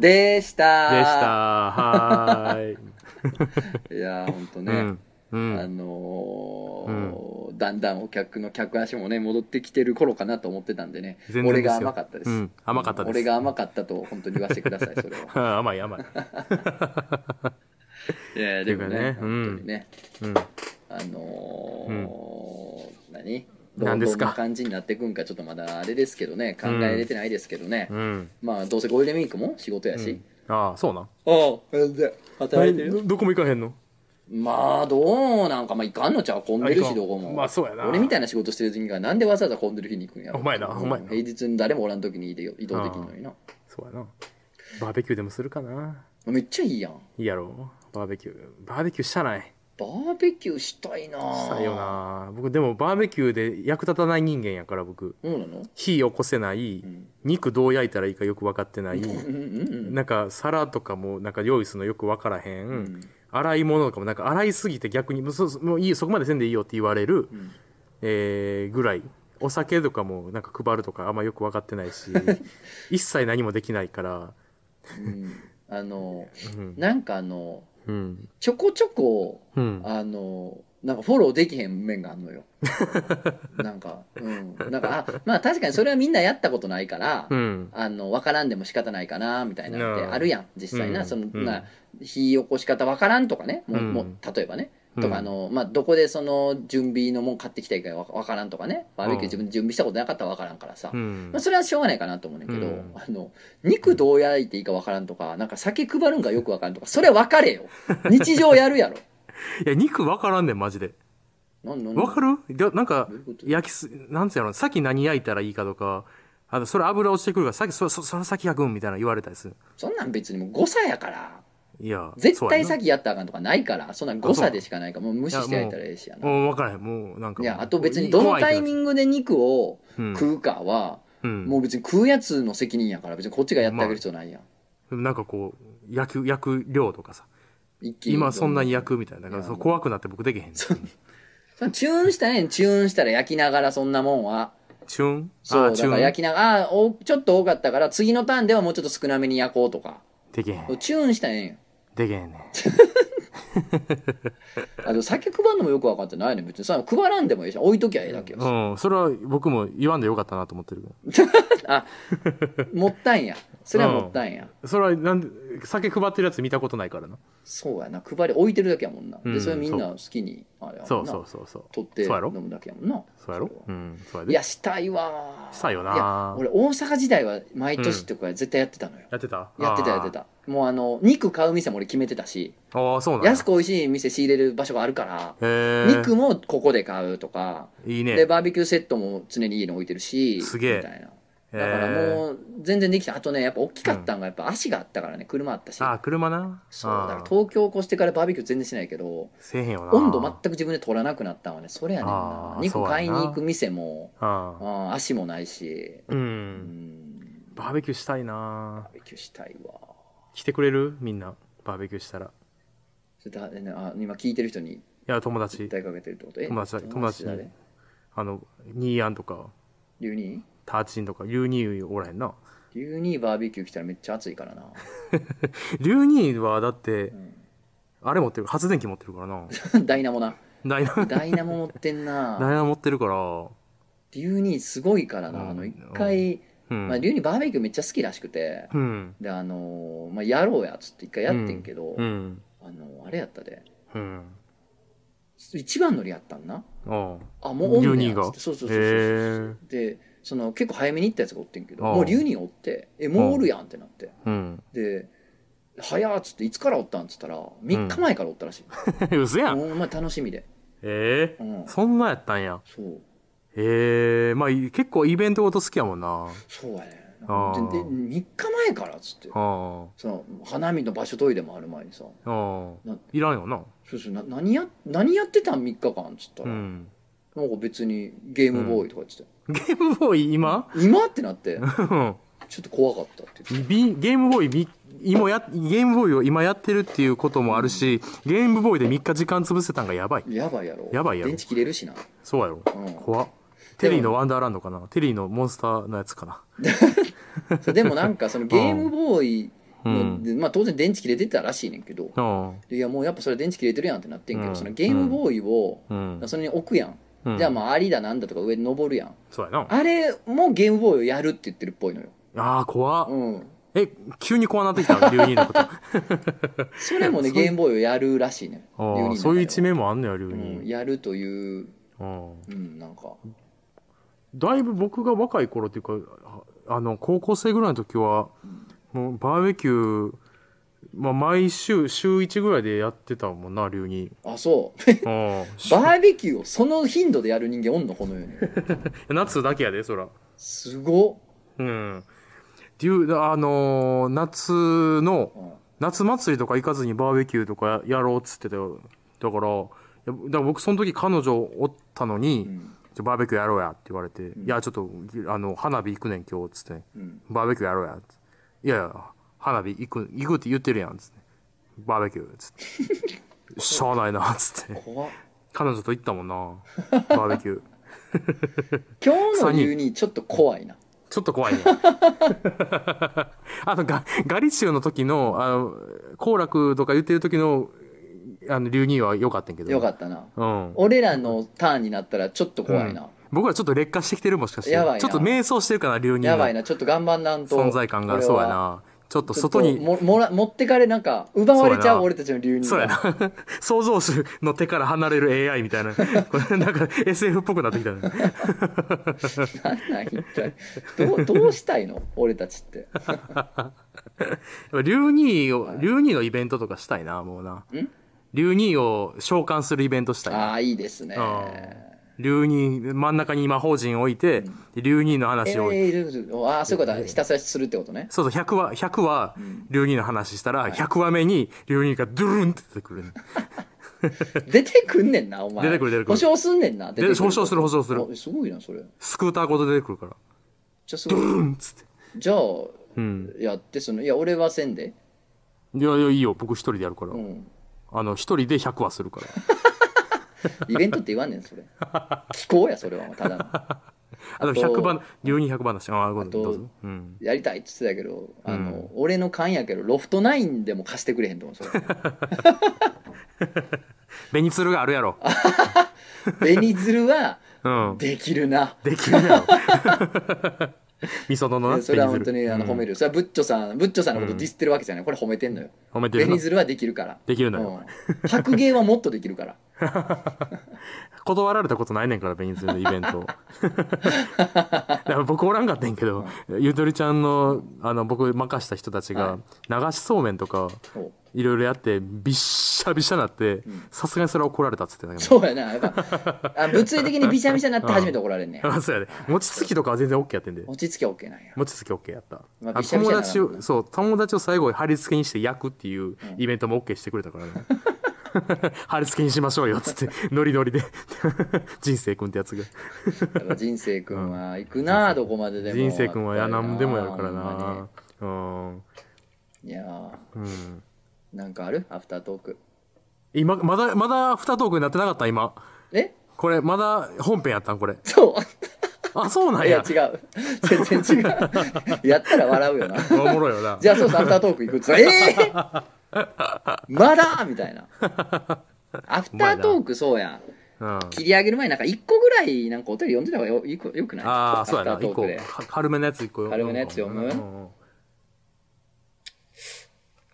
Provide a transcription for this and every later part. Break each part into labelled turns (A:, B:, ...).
A: でした
B: でした。はーい。
A: いやーほんと
B: う
A: ね、
B: ん。う
A: あ
B: ん。
A: のーだんだんお客の客足もね戻ってきてる頃かなと思ってたんでね
B: 全然ですよ
A: 俺が甘かったです、
B: うん甘かったです
A: 俺が甘かったと本当に言わせてくださいそ れは
B: 甘い甘い。
A: いやいやでもね
B: てかねうん
A: 本当にね、
B: うん。
A: あのー何ど
B: 何
A: ん
B: で
A: ど
B: す
A: ん
B: か
A: な感じになってくんかちょっとまだあれですけどね考えれてないですけどね、
B: うん。
A: まあどうせゴールデンウィークも仕事やし、
B: ああ、そうなん。
A: ああ全然働いてるよ
B: どどこも行かへんの
A: まあどうなんかまあいかんのちゃう混んでるし
B: あいかん
A: どこも
B: まあそうやな
A: 俺みたいな仕事してる時がなんでわざわざ混んでる日に行くんやろ
B: お前なお前な
A: 平日に誰もおらん時に移動移動できんのにな
B: そうやな。バーベキューでもするかな。
A: めっちゃいいやん
B: いいやろ。バーベキュー。バーベキューしたない。
A: バーベキューしたいな
B: したいよな。僕、でもバーベキューで役立たない人間やから、僕。
A: そうなの
B: 火起こせない、
A: ん
B: 肉どう焼いたらいいかよく分かってない、
A: うんうん
B: なんか皿とかもなんか用意するのよく分からへん、
A: ん
B: 洗い物とかもなんか洗いすぎて逆にもうそもういいよそこまでせんでいいよって言われる、
A: ん
B: えーぐらいお酒とかもなんか配るとかあんまよく分かってな いし一切何もできないから、
A: うんうんあの
B: うん
A: なんかあの
B: うん
A: ちょこちょこ
B: うん、
A: あのなんかフォローできへん面があんの よなんかうんなんかあまあ確かにそれはみんなやったことないから
B: うん
A: あの分からんでも仕方ないかなみたいなのって
B: うん
A: あるやん実際な、
B: うん
A: その
B: うん
A: な火起こし方分からんとかねもう
B: うん
A: もう例えばね
B: うん
A: とかあの、まあ、どこでその準備のもん買ってきたいか分からんとかねバーベキュー自分で準備したことなかったら分からんからさ、
B: うん
A: まあ、それはしょうがないかなと思うねんだけど、
B: うん
A: あの肉どう焼いていいか分からんとかなんか酒配るんかよく分からんとかそれは分かれよ日常やるやろ
B: いや肉分からんねんマジで
A: なんなん
B: 分かるでなんか
A: どういうこと
B: 焼きすなんつうやろさっき何焼いたらいいかとかあのそれ油落ちてくるからさっきそそその先焼くんみたいな言われたりする
A: そんなん別にもう誤差やから
B: いや
A: 絶
B: そうや
A: 対
B: な
A: 先やったらあかんとかないからそんなん誤差でしかないからもう無視してやったらええしやな
B: もう分からへんもうなんか
A: いやあと別にどのタイミ
B: グ
A: ングで肉を
B: うん
A: 食うかは、
B: うん、
A: もう別に食うやつの責任やから別にこっちがやってあげる必要ないやん、
B: なんかこう焼く焼く量とかさ
A: 一気に
B: 今そんなに焼
A: く
B: くみたいなだか
A: い
B: ら
A: や
B: そう怖くなって僕できへん
A: チューンしたらええねんチューンしたら焼きながらそんなもんは
B: チュン
A: そう
B: あー
A: だ
B: チュ
A: から
B: ン
A: 焼きながらあーおちょっと多かったから次のターンではもうちょっと少なめに焼こうとか
B: できへん
A: チューンしたらええんよ
B: できへんね
A: あと酒配るのもよく分かってないねん別にそんな配らんでもいいし置いときゃええだけよ、
B: うんそれは僕も言わんでよかったなと思ってる
A: あもったいんやそれはもったいんや、
B: それはなんで酒配ってるやつ見たことないからな
A: そうやな配り置いてるだけやもんな、
B: う
A: で
B: ん
A: それみんな好きにあれやもんな
B: そうそうそうそう
A: 取って
B: そうや
A: 飲
B: ろ
A: むだけやもんな
B: そうやろ
A: れは
B: うんそうや
A: い
B: でや
A: やしたいわー
B: したいよない
A: や俺大阪時代は毎年とか絶対やってたのよ、
B: ってた
A: やってたやってたもうあの肉買う店も俺決めてたし
B: あーあーそうなんや
A: 安く美味しい店仕入れる場所があるから
B: へえ
A: 肉もここで買うとか
B: いい
A: で
B: ね
A: バーベキューセットも常に家に置いてるし
B: すげえ
A: みたいなだから
B: へー
A: もう全然できたあとねやっぱ大きかったのがやっぱ足があったからね車あったし
B: あー車な
A: そう
B: あ
A: だ
B: ー
A: から東京越してからバーベキュー全然しないけど
B: せえへんよな
A: 温度全く自分で取らなくなったのはねそれやねんな
B: あー
A: 肉買いに行く店も
B: ああ
A: うん足もないしう
B: う
A: んん
B: バーベキューしたいな
A: バーベキューしたいわ
B: 来てくれるみんなバーベキューしたらい
A: それだねあ今聞いてる人に
B: や友達
A: 訴えかけてるってことえ
B: 友達だ友達
A: 誰
B: にあのニーアンとか
A: 龍兄
B: ターチンとかリュウニーおらへんな
A: 龍兄バーベキュー来たらめっちゃ暑いからな
B: リュウニーはだって、
A: ん
B: あれ持ってる発電機持ってるか らな
A: ダイナモな
B: ダイナ
A: ダイナモ持ってん な
B: ダイナ持ってるから
A: 龍兄すごいから
B: うん
A: なあの一回
B: うん、
A: まあ龍兄バーベキューめっちゃ好きらしくて
B: うん
A: であのーまあやろうやっつって一回やってんけど
B: うん
A: あのーあれやったで
B: うん
A: 一番乗りやったんな
B: あ
A: あもうおんねや
B: 龍兄が
A: つってそうそうそう
B: へ
A: そう
B: え
A: でその結構早めに行ったやつがおってんけど
B: ああ
A: もう龍兄おって「えもうおるやん」ってなって
B: うん
A: で「早っ」つって「いつからおったん?」っつったら3日前からおったらしい、
B: うせやん
A: もうまあ楽しみで
B: ええ
A: うん
B: そんなやったんや
A: そう
B: ええまあい結構イベントごと好きやもんな
A: そうやね
B: あー
A: でで3日前からっつって
B: あ
A: その花見の場所トイレもある前にさ
B: あああ
A: ない
B: らんよな
A: そうそうな何や何やってたん3日間っつった
B: う
A: ら、
B: ん
A: なんか別にゲームボーイとか言ってたよ、
B: ゲームボーイ今
A: 今ってなって
B: うん
A: ちょっと怖かったって言って
B: びゲームボーイみ今やゲームボーイを今やってるっていうこともあるし、ゲームボーイで3日時間潰せたんがやばい
A: やばいやろ
B: やばいやろ
A: 電池切れるしな
B: そうやろ、
A: うん
B: 怖っテリーのワンダーランドかなテリーのモンスターのやつかな
A: そうでもなんかそのゲームボーイ
B: うん
A: でまあ当然電池切れてたらしいねんけど、
B: あ
A: いやもうやっぱそれ電池切れてるやんってなってんけど、
B: うん
A: そのゲームボーイを、
B: あうん
A: それに置くやん。
B: うん
A: じゃあまあありだなんだとか上に登るやん。
B: そうやな
A: あれもゲームボーイをやるって言ってるっぽいのよ。
B: あー怖っ
A: うん。
B: え急に怖な ってきた龍兄のことあ
A: それ もね、ゲームボーイをやるらしいね。
B: ー
A: 龍兄の中では
B: そういう一面もあんのや龍
A: うん、
B: 兄
A: やるという、
B: うん
A: うん、なんか。
B: だいぶ僕が若い頃っていうかああの高校生ぐらいの時はもうバーベキューまあ、毎週週1ぐらいでやってたもんな龍兄
A: あ、そう。
B: うん
A: バーベキューをその頻度でやる人間おんのこの世に。
B: 夏だけやでそら
A: すごっ。
B: うん龍あのー夏の
A: うん
B: 夏祭りとか行かずにバーベキューとかやろうっつってたよだからいやだから僕その時彼女おったのに、
A: うん
B: ちょバーベキューやろうやって言われて「いやちょっとあの花火行くねん今日」っつって、
A: うん
B: バーベキューやろうや」っつって「いやいや花火行く行くって言ってるやん」っつって「バーベキュー」っつ って「しゃあないな」っつって
A: 怖っ
B: 彼女と行ったもんなバーベキュー
A: 今日の理由にちょっと怖いな。
B: ちょっと怖いね あのガガリチューの時のあの好楽とか言ってる時のあの流儀は良かったんやけど
A: よかったな。
B: うん、
A: 俺らのターンになったらちょっと怖いな。
B: 僕らちょっと劣化してきてるもしかして
A: やばいな
B: ちょっと迷走してるかな龍二
A: やばい
B: の
A: な、ちょっと頑張んなんと。
B: 存在感が
A: 俺は
B: そうや。なちょっと
A: ちょっと
B: 外に
A: ももら持ってかれなんか奪われちゃ
B: そうや
A: う
B: な
A: 俺たちの理由に
B: そうやな創造主の手から離れる AI みたいなこれなんか SF っぽくなってきたね
A: なんなん一体どうどうしたいの俺たちって
B: 龍二を龍二のイベントとかしたいなもうなん龍二を召喚するイベントしたいな
A: ああいいですね
B: うん龍二真ん中に魔法陣置いて龍二の
A: え
B: 話を、
A: ーいるいるああそういうことはひたすらするってことね
B: そうそう100話100話龍二の話したら100話目に龍二がドゥルンって出てくる、
A: 出てくんねんなお前
B: 出てくる出てくる
A: 保証すんねんな出て
B: で保証する保証する
A: あすごいなそれ
B: スクーターごと出てくるから
A: じゃあすごい
B: うんっつって。
A: じゃあ
B: うん。
A: やってそのいや俺はせんで
B: いやいや、いいよ。僕一人でやるから。
A: うん
B: あの、一人で100話するから。
A: イベントって言わんねんそ れ気候やそれはただの
B: あ、でも100番、留任100番だし。ああ、ごめん
A: と
B: どうぞ。うん。
A: やりたいって言ってたけど、あの俺の勘やけどロフトナインでも貸してくれへんと思うそれ
B: ベニツルがあるやろ。
A: 紅鶴は
B: うん。
A: できるな
B: できるやろ。 味噌のな、
A: それは本当に
B: ベニズル
A: あの
B: うん
A: 褒める、それはブッチョさんブッチョさんのことディスってるわけじゃないこれ褒めてんのよ
B: 褒めてる
A: 紅
B: な。
A: 鶴はできるから
B: できるのよ
A: うん白芸はもっとできるから
B: 断られたことないねんから、ベニツルのイベント。 だから僕おらんかったんやけど、ゆとりちゃんの、あの、僕任した人たち
A: は
B: が、流しそうめんとか、
A: そう
B: いろいろやって、びっしゃびしゃなって、さすがにそれは怒られたっつってたけど。
A: そうやなやっぱあ物理的にびしゃびしゃになって初めて怒られんねん
B: あ そうやで餅つきとかは全然 OK やってんで
A: 落ち着きは OK なんや
B: 餅つき OK やった、
A: まあ
B: あ、
A: びしゃびし
B: 友
A: ゃやな
B: 達をそう友達を最後に貼り付けにして焼くっていうイベントも OK してくれたからね、 貼り付けにしましょうよっ つってノリノリで 人生君ってやつが
A: だから人生くんは行くなどこまででも
B: 人生君はや何でもやるから
A: ほんま
B: なうん、
A: にいやー
B: うん、
A: なんかあるアフタートーク
B: 今まだまだ2トークになってなかった今
A: え
B: これまだ本編やったんこれ
A: そう
B: あそうなん
A: いや
B: や
A: 違 う全然違うやったら笑うよな
B: おもろいよな
A: じゃあそうそうアフタートーク行くっつってええまだみたいなアフタートークそうやん
B: うん、
A: 切り上げる前になんか1個ぐらいなんかお便り読んでた方がよよくよくない
B: ああそうや
A: ア
B: な
A: フター
B: 一
A: トーク
B: 個
A: で
B: か軽めのやつ一個
A: 軽めのやつ読む
B: うんうん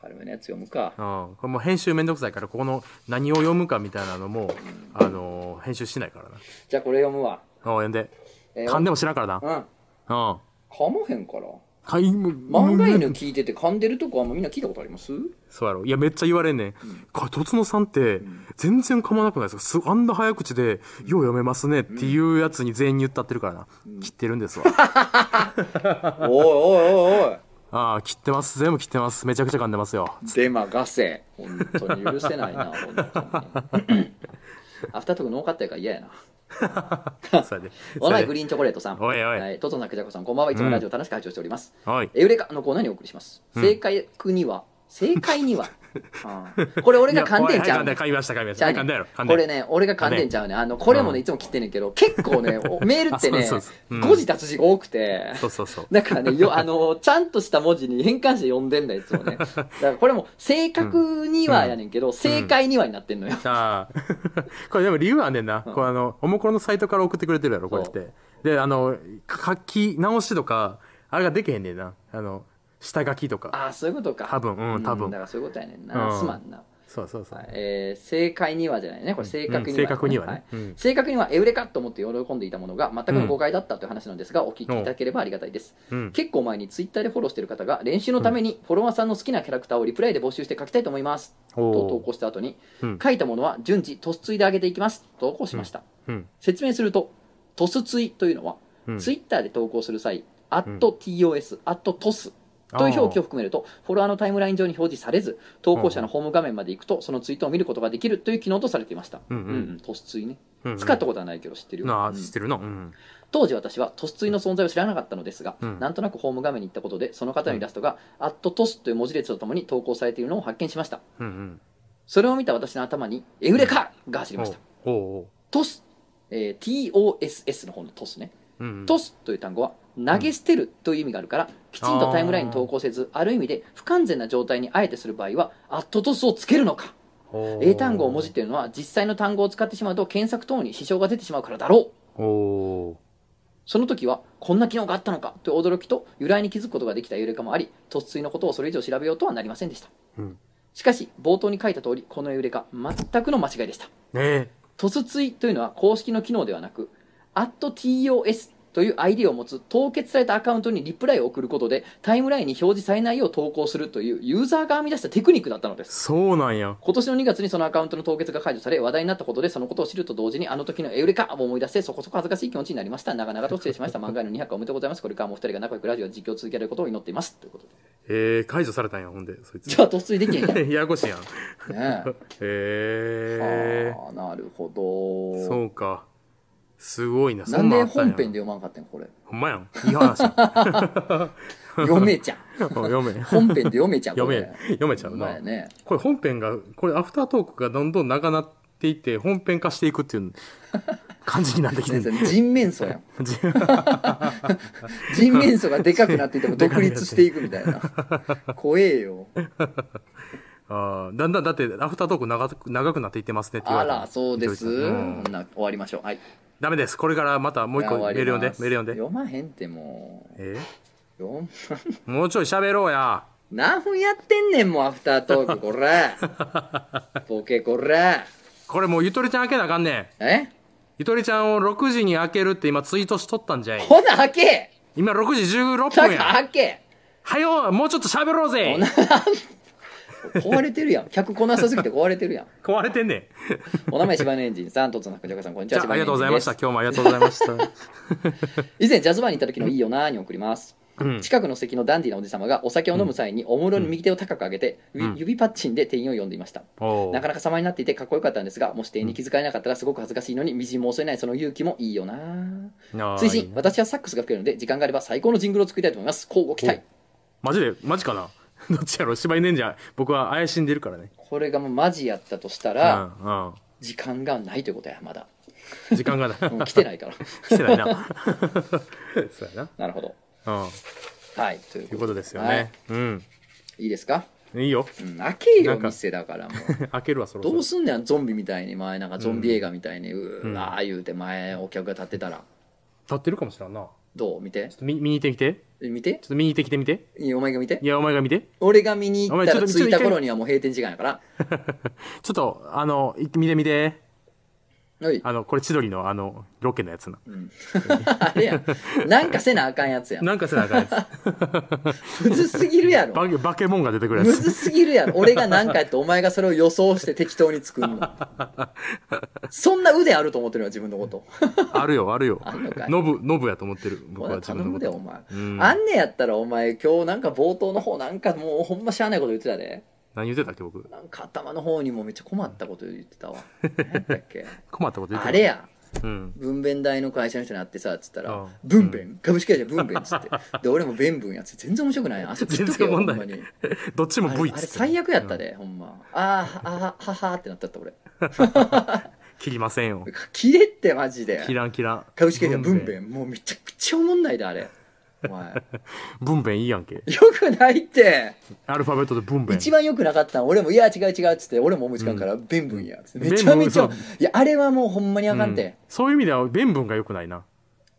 A: 軽めのやつ読むか
B: うん、これもう編集めんどくさいからここの何を読むかみたいなのも、あのー編集しないからな
A: じゃあこれ読むわ
B: あ読んで
A: えー
B: 噛んでも知らんからな
A: うん噛
B: うん
A: まへんから
B: かいも
A: 漫画
B: も
A: 犬
B: う
A: 聞いてて噛んでるとこあんまみんな聞いたことあります
B: そうやろいやめっちゃ言われんねん、かとつのさんって全然噛まなくないですかすあんな早口で「よう読めますね」っていうやつに全員言ったってるからな、切ってるんですわ
A: おいおいおいおい
B: ああ切ってます全部切ってますめちゃくちゃ噛んでま すよ
A: デマガセ本当に許せない な本当にアフタートークノーカットやから嫌やな
B: そうやで
A: お
B: そう
A: な
B: や
A: いグ
B: で
A: リーンチョコレートさん
B: おいおい
A: はい、トトナケジャコさんこんばんはいつもラジオ楽しく拝聴しております、
B: おい
A: エウレカのコーナーにお送りします正確には正解に は。うんこれ俺が
B: い
A: 寒天
B: や
A: ちゃ
B: は
A: う
B: い、噛んで
A: ねん。
B: 買いました、買いまし
A: じゃ
B: た。
A: あ
B: 噛んだやろ、噛んだ
A: これ
B: やろ。
A: ね、俺が寒天ちゃうねん。あの、これもね、
B: う
A: いつも切ってんねんけど、結構ね、おメールってね、
B: あそうそうそううん
A: 誤字脱字が多くて、
B: そうそうそう。
A: だからね、よ、あの、ちゃんとした文字に変換して読んでんだよ、いつも ね。だからこれも、正確にはやねんけど、正解にはになってんのよ。
B: ああ。 これでも理由はねんな。こうあの、おもころのサイトから送ってくれてるやろ、こうやって。で、あの、書き直しとか、あれができへんねんな。あの、下書きとか。
A: ああ、そういうことか。
B: 多分うん多分
A: だからそういうことやねんな。
B: うん
A: すまんな。
B: そうそうそう。
A: えー正解にはじゃないね。これ正確には、
B: うん正確にはね
A: い
B: うん
A: 正確にはエウレカと思って喜んでいたものが全くの誤解だったという話なんですが、お聞きいただければありがたいです。
B: うん。
A: 結構前にツイッターでフォローしてる方が練習のためにフォロワーさんの好きなキャラクターをリプライで募集して書きたいと思います
B: お
A: と投
B: お。
A: 稿した後に、
B: うん
A: 書いたものは順次トスツイで上げていきますと投稿しました、
B: うん。
A: 説明するとトスツイというのは、
B: うん
A: ツイッターで投稿する際「@tos」「@tos」という表記を含めるとフォロワーのタイムライン上に表示されず投稿者のホーム画面まで行くとそのツイートを見ることができるという機能とされていました、
B: うんうん
A: トスツイね
B: うんうん
A: 使ったことはないけど知ってるよ
B: なあ、
A: うん
B: 知ってるのうん。
A: 当時私はトスツイの存在を知らなかったのですが、
B: うん
A: なんとなくホーム画面に行ったことでその方のイラストが「アットトス」という文字列とともに投稿されているのを発見しました
B: うんうん。
A: それを見た私の頭に「エウレカ!」が走りました、
B: おお
A: トス、えー TOSS の方のトスね、
B: う。うん。
A: トスという単語は投げ捨てるという意味があるからきちんとタイムラインに投稿せずある意味で不完全な状態にあえてする場合は「アットトス」をつけるのか
B: おー
A: 英単語を文字っていうのは実際の単語を使ってしまうと検索等に支障が出てしまうからだろう
B: おお
A: その時はこんな機能があったのかという驚きと由来に気づくことができた揺れかもあり突水のことをそれ以上調べようとはなりませんでした
B: ー。うん。
A: しかし冒頭に書いた通りこの揺れか全くの間違いでした
B: ねえ。
A: 突追というのは公式の機能ではなく @TOS という ID を持つ凍結されたアカウントにリプライを送ることでタイムラインに表示されないよう投稿するというユーザーが編み出したテクニックだったのです
B: そうなんや。
A: 今年の2月にそのアカウントの凍結が解除され話題になったことでそのことを知ると同時にあの時のエウレカを思い出してそこそこ恥ずかしい気持ちになりました長々と失礼しました漫画への200おめでとうございますこれからもお二人が仲良くラジオ実況を続けられることを祈っていますということで
B: えー、解除されたんや、ほんで、そいつ
A: じ。ゃあ突追できへん やんね
B: ややこしいやん。
A: え
B: え
A: あーなるほど
B: ー。そうか。すごいな、
A: なんで
B: そ
A: 本
B: んなんあったん
A: 編
B: や
A: で読まんかったんこれ
B: ほんまやん。いい話 やん。
A: 読めちゃん
B: 読め。
A: 本編で読めちゃん
B: 読
A: こ
B: め
A: れ。
B: 読めちゃう
A: ほんま
B: な
A: や。 ね
B: これ本編が、これアフタートークがどんどん長なっていって、本編化していくっていう感じになってきて
A: ねそ
B: る。
A: れ人面相 やん人面相がでかくなっていっても独立していくみたい な怖えよ
B: あーだんだん、だって、アフタートーク長く長くなっていってますねって言わ
A: あ
B: れた
A: らそうです、
B: うん
A: ほんな終わりましょうはい
B: ダメです。これからまたもう一個
A: い
B: メ
A: や
B: ール読んで、メール読んで。
A: 終わります読まへんっても
B: え
A: う読ん
B: ーもうちょい喋ろうや。
A: 何分やってんねんもうアフタートークこ れボケこれ
B: これもうゆとりちゃん開けなあかんねん。
A: え
B: ゆとりちゃんを6時に開けるって今ツイートしとったんじゃい。
A: ほな開け
B: 今6時16
A: だか
B: 分
A: ら
B: や。
A: 開け
B: はよ、もうちょっと喋ろうぜ。
A: 壊れてるやん客こなさすぎて壊れてるやん
B: 壊れてんねん。
A: お名前柴ネエンジンさんとつのくじょかさんこんにち
B: じゃ
A: は
B: あ、あ
A: 柴
B: り
A: ネエン
B: が
A: ジン
B: とうござい
A: で
B: ますした。今日もありがとうございました。
A: 以前ジャズバーに行った時のいいよなーに送ります、
B: ん
A: 近くの席のダンディなおじさまがお酒を飲む際におもむろに右手を高く上げて、
B: ん
A: 指パッチンで店員を呼んでいました、
B: お
A: なか
B: う
A: なか様になっていてかっこよかったんですがもし店員に気づかれなかったらすごく恥ずかしいのにみじんも恐れないその勇気もいいよなー
B: あー
A: 推
B: いい
A: 進
B: ね
A: 私はサックスが吹けるので時間があれば最高のジングルを作りたいと思います交互期待
B: マジで、マジかな。 どっちやろ芝居ねんじゃ、僕は怪しんでるからね。
A: これがもうマジやったとした
B: う
A: ら、
B: ん、うん。
A: 時間がないということやまだ
B: 時間がない。
A: もう来てないから
B: 来てないな。 そうや
A: なるほど
B: な。うん。
A: はいという
B: という
A: こ
B: ことと
A: で
B: ですよね。
A: はい
B: うん。
A: いいですか、
B: いいよ。
A: うん、開け
B: な
A: よ
B: んか
A: 店だからもう
B: 開けるわ、そろそ
A: ど
B: ろ
A: う。すんねんゾンビみたいに前なんかゾンビ映画みたいにうーわー言うて前お客が立ってたら
B: 立ってるかもしれんな。ちょ
A: どう見て
B: っと見見に行ってきて。
A: 見て
B: ちょっと見に行ってきてみて。
A: いやお前が見て
B: いや、お前が見て。
A: 俺が見に行った
B: お
A: ら
B: 前ちょっと
A: 着いた
B: ちょっと
A: 頃にはもう閉店時間やから
B: ちょっと、あの、い見て見て。
A: お い
B: あの、これ千鳥の、あの、ロケのやつな。
A: あれやんなんかせなあかんやつやん
B: なんかせなあかんやつ。
A: むずすぎるやろ
B: バケ、バケモンが出てくる
A: む
B: やつ。
A: ずすぎるやろ俺が何かや ってお前がそれを予想して適当に作んのそんな腕あると思ってるの自分のこと
B: あるよ、あるよ
A: あんのか。い
B: ノブ、ノブやと思ってる。 僕
A: こ
B: は
A: れ
B: 自
A: 頼
B: 分
A: む
B: のこ
A: で
B: と。
A: お前
B: うん
A: あんねやったらお前今日なんか冒頭の方なんかもうほんましゃあないこと言ってたで
B: 何言ってたっけ、僕。
A: なんか頭の方にもめっちゃ困ったこと言ってたわ。何やったっけ
B: 困ったこと言ってた
A: あれや、
B: うん。
A: 分 娩大の会社の人に会ってさっつったら
B: ああ
A: 「分娩株式会社分娩」っつ ってで俺も「弁分」やっつって全然面白くないやんあそこ切っとけよ
B: 全
A: ほ
B: 然お
A: ん
B: もん
A: ま
B: ない
A: に
B: どっちも
A: あれ
B: V
A: あ
B: っ
A: れ
B: つって。
A: 最悪やったで、ほんまあーあーはははってなったった俺
B: 切りませんよ。
A: 切れってマジで
B: 切らん切らん。
A: 株式会社分娩もうめちゃくちゃおもんないであれお前よ
B: 分娩いいやんけ。
A: くないって
B: アルファベットで分娩。
A: 一番よくなかったの俺も「いや違う違う」っつって俺も思いつかんから「弁分や」っつってめちゃめちゃ
B: 弁分
A: いやあれはもうほんまにあか
B: うんん
A: て、
B: そういう意味では弁分が良くないな。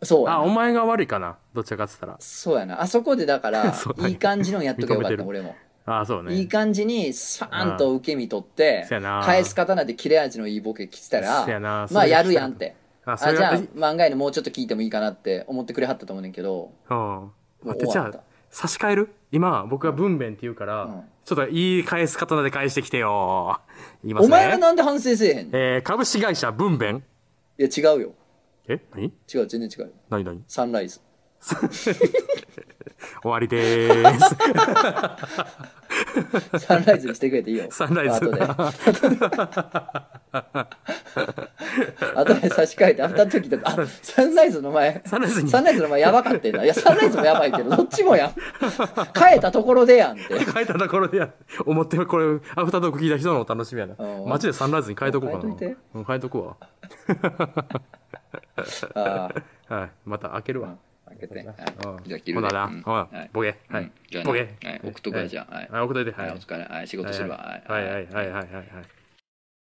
A: そうや
B: あ、
A: な
B: お前が悪いかな。どっちかっつったら。
A: そうやなあそこでだから
B: そうなんや
A: いい感じのやっとけばよかっ
B: 認めて
A: た
B: る
A: 俺も
B: あ、そうね。
A: いい感じにスパーンと受け身取って
B: うんそうやな
A: 返す刀で切れ味のいいボケ来てたら
B: そうやな
A: まあ
B: それ
A: やるやんって
B: あ、そ
A: あ
B: れ
A: じゃ
B: は
A: あ、漫画へのもうちょっと聞いてもいいかなって思ってくれはったと思うねんけど
B: うん。待って、
A: もう
B: じ
A: 終わった
B: ゃあ、差し替える今、僕が分娩って言うから、
A: うん
B: ちょっと言い返す刀で返してきてよ。言いますね。
A: お前はなんで反省せえへんのい
B: えー、株式会社分娩。
A: や違うよ
B: え
A: 違
B: 何
A: う全然違うよ
B: 何何
A: サンライズ
B: 終わりでーす。
A: サンライズにしてくれていいよ
B: サンライズ
A: 後で後で差し替えてあった時だとあサンライズの前
B: サンライズに
A: サンライズの前やばかったんだいやサンライズもやばいけどどっちもやん変えたところでやんって
B: 変えたところでや、思ってこれ、アフタートーク聞いた人のお楽しみやな
A: う。ん
B: マジでサンライズに変えとこうか
A: 変
B: な。
A: えといて
B: うん、変えとくわ。
A: あー
B: はい。また開けるわ。
A: 開けてはい
B: うん
A: じゃあ切る
B: ほ
A: ね
B: な
A: う
B: な
A: ん
B: ほな
A: はい
B: ボケ。は
A: うん
B: い
A: じゃあ。ね
B: ボケ
A: はい。送っとくわじゃあはい
B: はい、送っといて。
A: はいお疲れはい仕事するわはい
B: はいはいはいはいはいはい。